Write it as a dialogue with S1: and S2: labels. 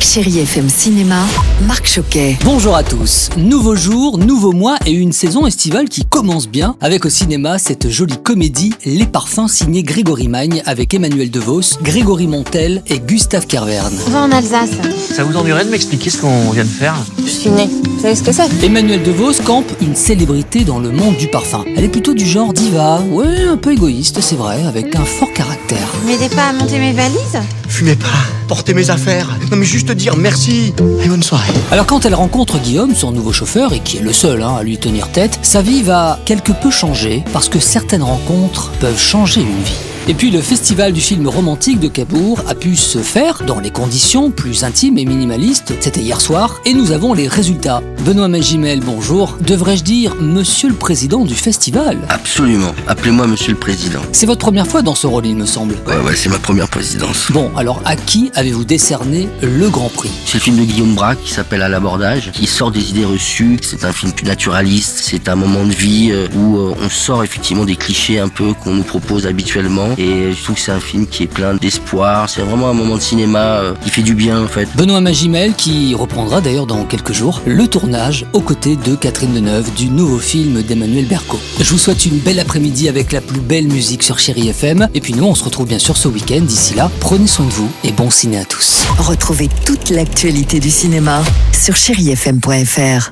S1: Chérie FM Cinéma, Marc Choquet.
S2: Bonjour à tous. Nouveau jour, nouveau mois et une saison estivale qui commence bien avec au cinéma cette jolie comédie Les Parfums signée Grégory Magne avec Emmanuel DeVos, Grégory Montel et Gustave Kerverne.
S3: On va en Alsace.
S4: Ça vous ennuierait de m'expliquer ce qu'on vient de faire
S3: Je suis née. Vous savez ce que c'est
S2: Emmanuel DeVos campe une célébrité dans le monde du parfum. Elle est plutôt du genre diva, ouais, un peu égoïste, c'est vrai, avec un fort caractère.
S3: M'aidez pas à monter mes valises
S5: Fumez pas, portez mes affaires. Non mais juste dire merci et bonne soirée.
S2: Alors quand elle rencontre Guillaume, son nouveau chauffeur, et qui est le seul hein, à lui tenir tête, sa vie va quelque peu changer parce que certaines rencontres peuvent changer une vie. Et puis le festival du film romantique de Cabourg a pu se faire dans les conditions plus intimes et minimalistes. C'était hier soir et nous avons les résultats. Benoît Magimel, bonjour. Devrais-je dire monsieur le président du festival
S6: Absolument. Appelez-moi Monsieur le Président.
S2: C'est votre première fois dans ce rôle, il me semble.
S6: Ouais, ouais, c'est ma première présidence.
S2: Bon, alors à qui avez-vous décerné le grand prix
S6: C'est le film de Guillaume Braque qui s'appelle À l'abordage, qui sort des idées reçues. C'est un film plus naturaliste. C'est un moment de vie euh, où euh, on sort effectivement des clichés un peu qu'on nous propose habituellement. Et je trouve que c'est un film qui est plein d'espoir. C'est vraiment un moment de cinéma euh, qui fait du bien en fait.
S2: Benoît Magimel qui reprendra d'ailleurs dans quelques jours le tournage aux côtés de Catherine Deneuve du nouveau film d'Emmanuel Berco. Je vous souhaite une belle après-midi avec la plus belle musique sur Chéri FM et puis nous on se retrouve bien sûr ce week-end. D'ici là, prenez soin de vous et bon ciné à tous.
S1: Retrouvez toute l'actualité du cinéma sur chérifm.fr.